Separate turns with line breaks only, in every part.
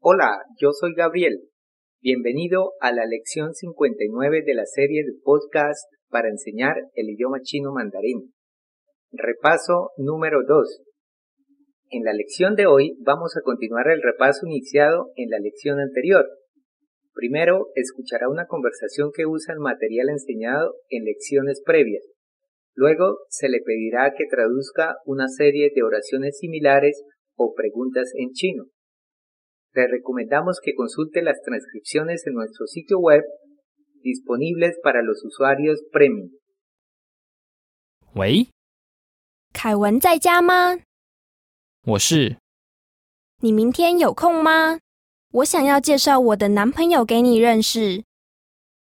Hola, yo soy Gabriel. Bienvenido a la lección 59 de la serie de podcast para enseñar el idioma chino mandarín. Repaso número 2. En la lección de hoy vamos a continuar el repaso iniciado en la lección anterior. Primero, escuchará una conversación que usa el material enseñado en lecciones previas. Luego, se le pedirá que traduzca una serie de oraciones similares o preguntas en chino le recomendamos que consulte las transcripciones en nuestro sitio web disponibles para los usuarios premium.
喂，
凯文在家吗？
我是
你明天有空吗？我想要介绍我的男朋友给你认识，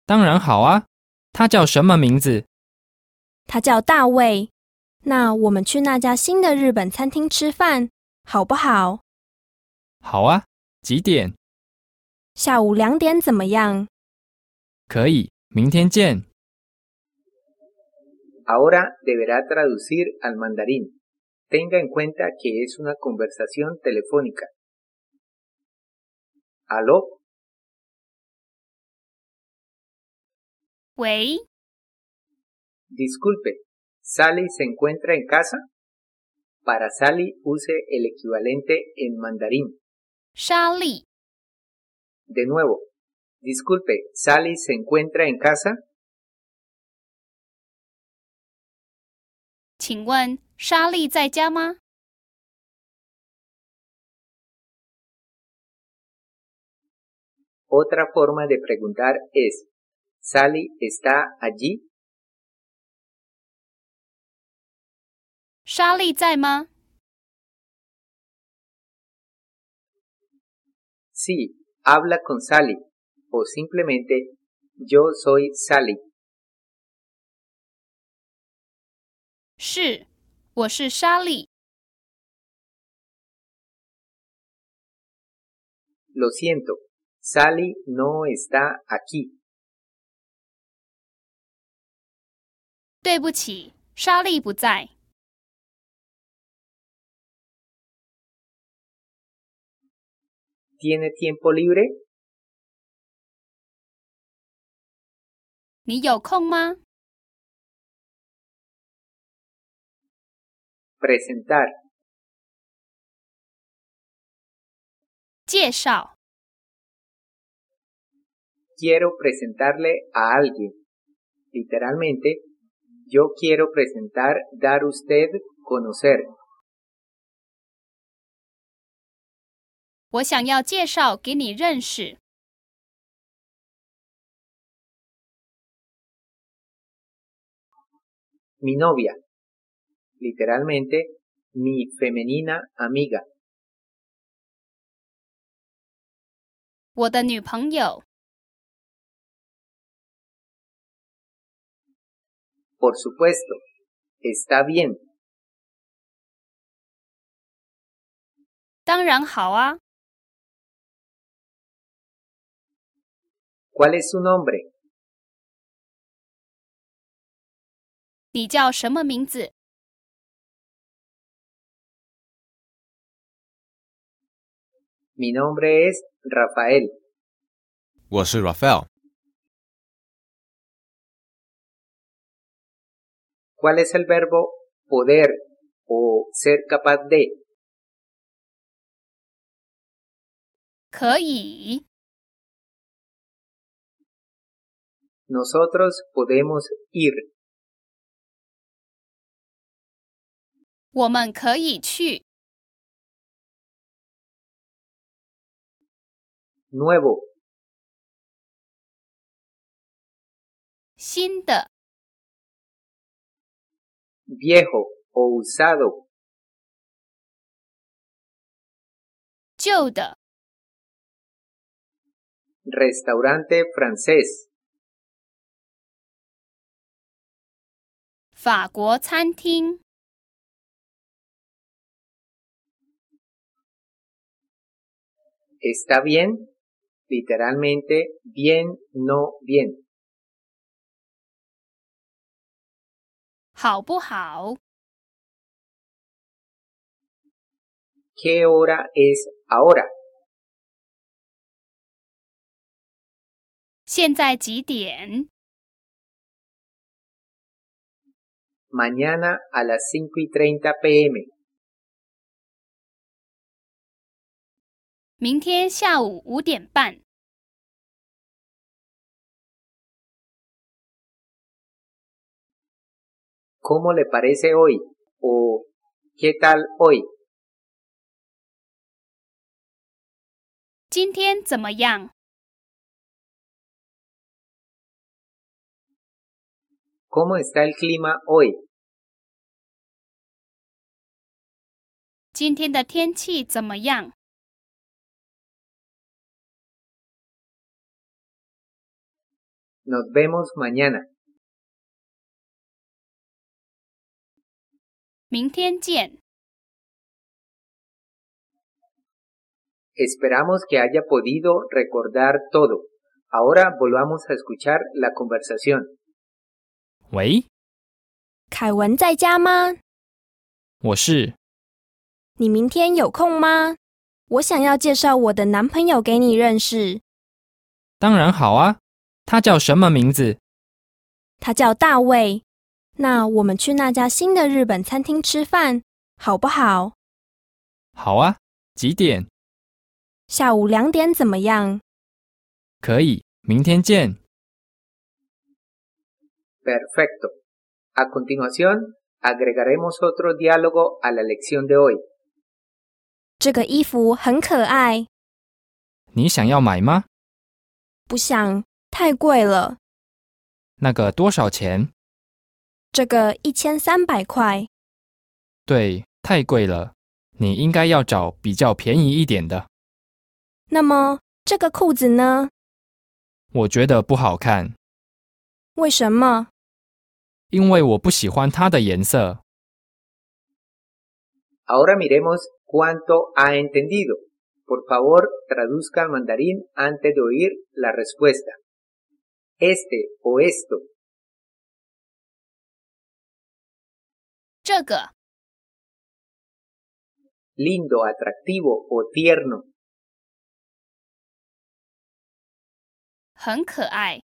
当然好啊。他叫什么名字？
他叫大卫。那我们去那家新的日本餐厅吃饭，好不好？
好啊，几点？
下午两点怎么样？
可以，明天见。
Ahora deberá traducir al mandarín. Tenga en cuenta que es una conversación telefónica. ¿Aló?
喂，
Disculpe. ¿Sally se encuentra en casa? Para Sally use el equivalente en mandarín.
莎莉，
De nuevo. Disculpe, ¿Sally se encuentra en casa?
请问莎莉在家吗？
Otra forma de preguntar es, ¿Sally está allí?
莎莉在吗？
Sí, habla con Sally o simplemente yo soy Sally.
是，我是莎莉。
Lo siento, Sally no está aquí.
对不起，莎莉不在。
¿Tiene tiempo libre?
你有空吗？
Presentar.
介绍，
Quiero presentarle a alguien. Literalmente, yo quiero presentar, dar usted, conocer.
我想要介绍给你认识。
Mi novia. Literalmente, mi femenina amiga.
我的女朋友，
Por supuesto. Está bien.
当然好啊。
¿Cuál es su nombre?
你叫什么名字？
Mi nombre es Rafael.
我是 Raphael，
¿Cuál es el verbo poder o ser capaz de?
可以，
Nosotros podemos ir.
我们可以去。
Nuevo.
新的，
viejo o usado,
旧的，
restaurante francés,
法国餐厅，
está bien, literalmente bien, no bien,
好不好？
¿qué hora es ahora?
现在几点？
Mañana a las 5 y 30 pm.
明天下午五点半。
¿Cómo le parece hoy? ¿O qué tal hoy?
今天怎么样？
¿Cómo está el clima hoy?
今天的天气怎么样？
Nos vemos mañana.
明天见。
Esperamos que haya podido recordar todo. Ahora volvamos a escuchar la conversación.
喂，
凯文在家吗？
我是
你明天有空吗？我想要介绍我的男朋友给你认识，
当然好啊。他叫什么名字？
他叫大卫。那我们去那家新的日本餐厅吃饭，好不好？
好啊，几点？
下午两点怎么样？
可以，明天见。
Perfecto. A continuación, agregaremos otro diálogo a la lección de hoy.
这个衣服很可爱，
你想要买吗？
不想太贵了。
那个多少钱？
这个一千三百块，
对，太贵了。你应该要找比较便宜一点的。
那么这个裤子呢？
我觉得不好看，
为什么？
因为我不喜欢它的颜色。
Ahora miremos cuánto ha entendido. Por favor, traduzca al mandarín antes de oír la respuesta. Este o esto.
这个
Lindo, atractivo o tierno.
很可爱，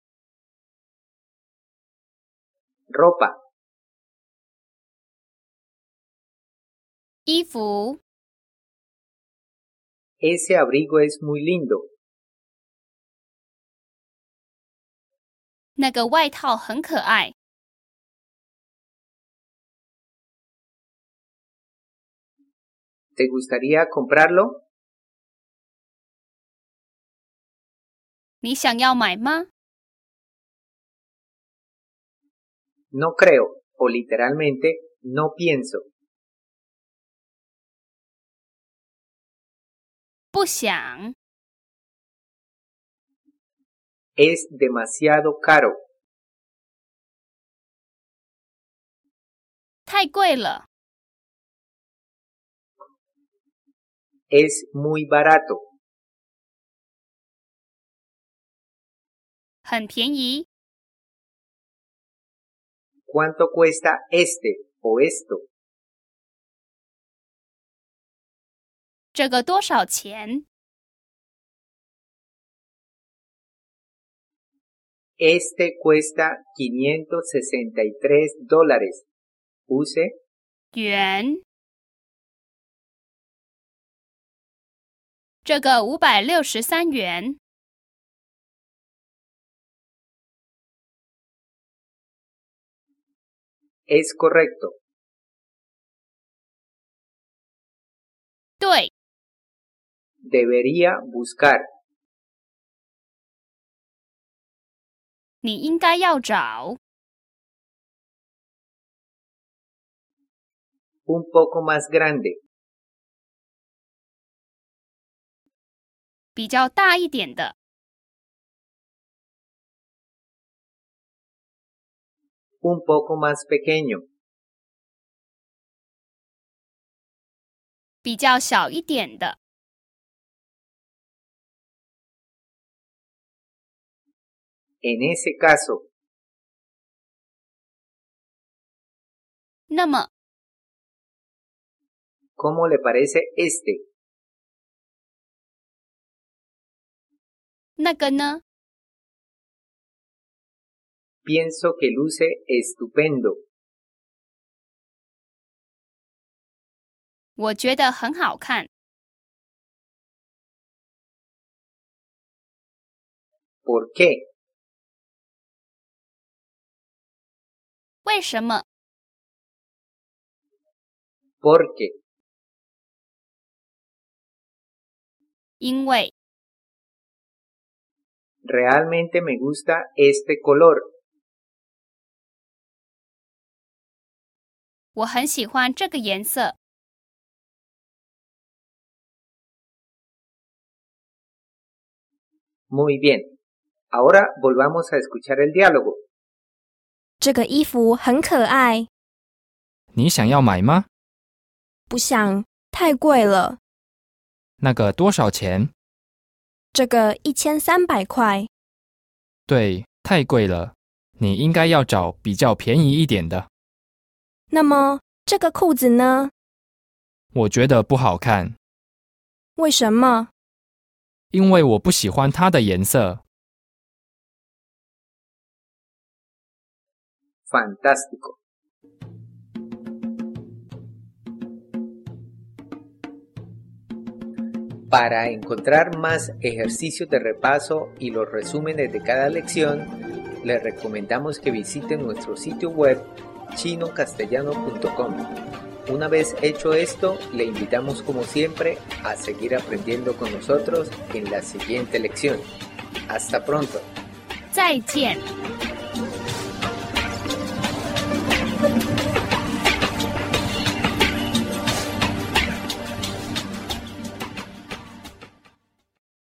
Ropa.
衣服
Ese abrigo es muy lindo.
那个外套很可爱，
¿Te gustaría comprarlo?
你想要买吗？
No creo. O literalmente, no pienso.
不想，
Es demasiado caro.
太贵了，
Es muy barato.
很便宜。
¿Cuánto cuesta este o esto?
这个多少钱？
Este cuesta 563 dólares. Use
元。这个五百六十三元，
es correcto.
对，
Debería buscar.
你应该要找。
Un poco más grande.
比较大一点的，
Un poco más pequeño.
比较小一点的，
En ese caso,
那么
¿cómo le parece este?
那个呢？
Pienso que luce estupendo.
我觉得很好看。
¿Por qué?
为什么？
Porque.
因为
Realmente me gusta este color.
我很喜欢这个颜色。
Muy bien. Ahora volvamos a escuchar el diálogo.
这个衣服很可爱，
你想要买吗？
不想太贵了。
那个多少钱？
这个一千三百块，
对，太贵了。你应该要找比较便宜一点的。
那么这个裤子呢？
我觉得不好看，
为什么？
因为我不喜欢它的颜色。
Fantástico. Para encontrar más ejercicios de repaso y los resúmenes de cada lección, les recomendamos que visiten nuestro sitio web chinocastellano.com. Una vez hecho esto, le invitamos como siempre a seguir aprendiendo con nosotros en la siguiente lección. Hasta pronto.
再见。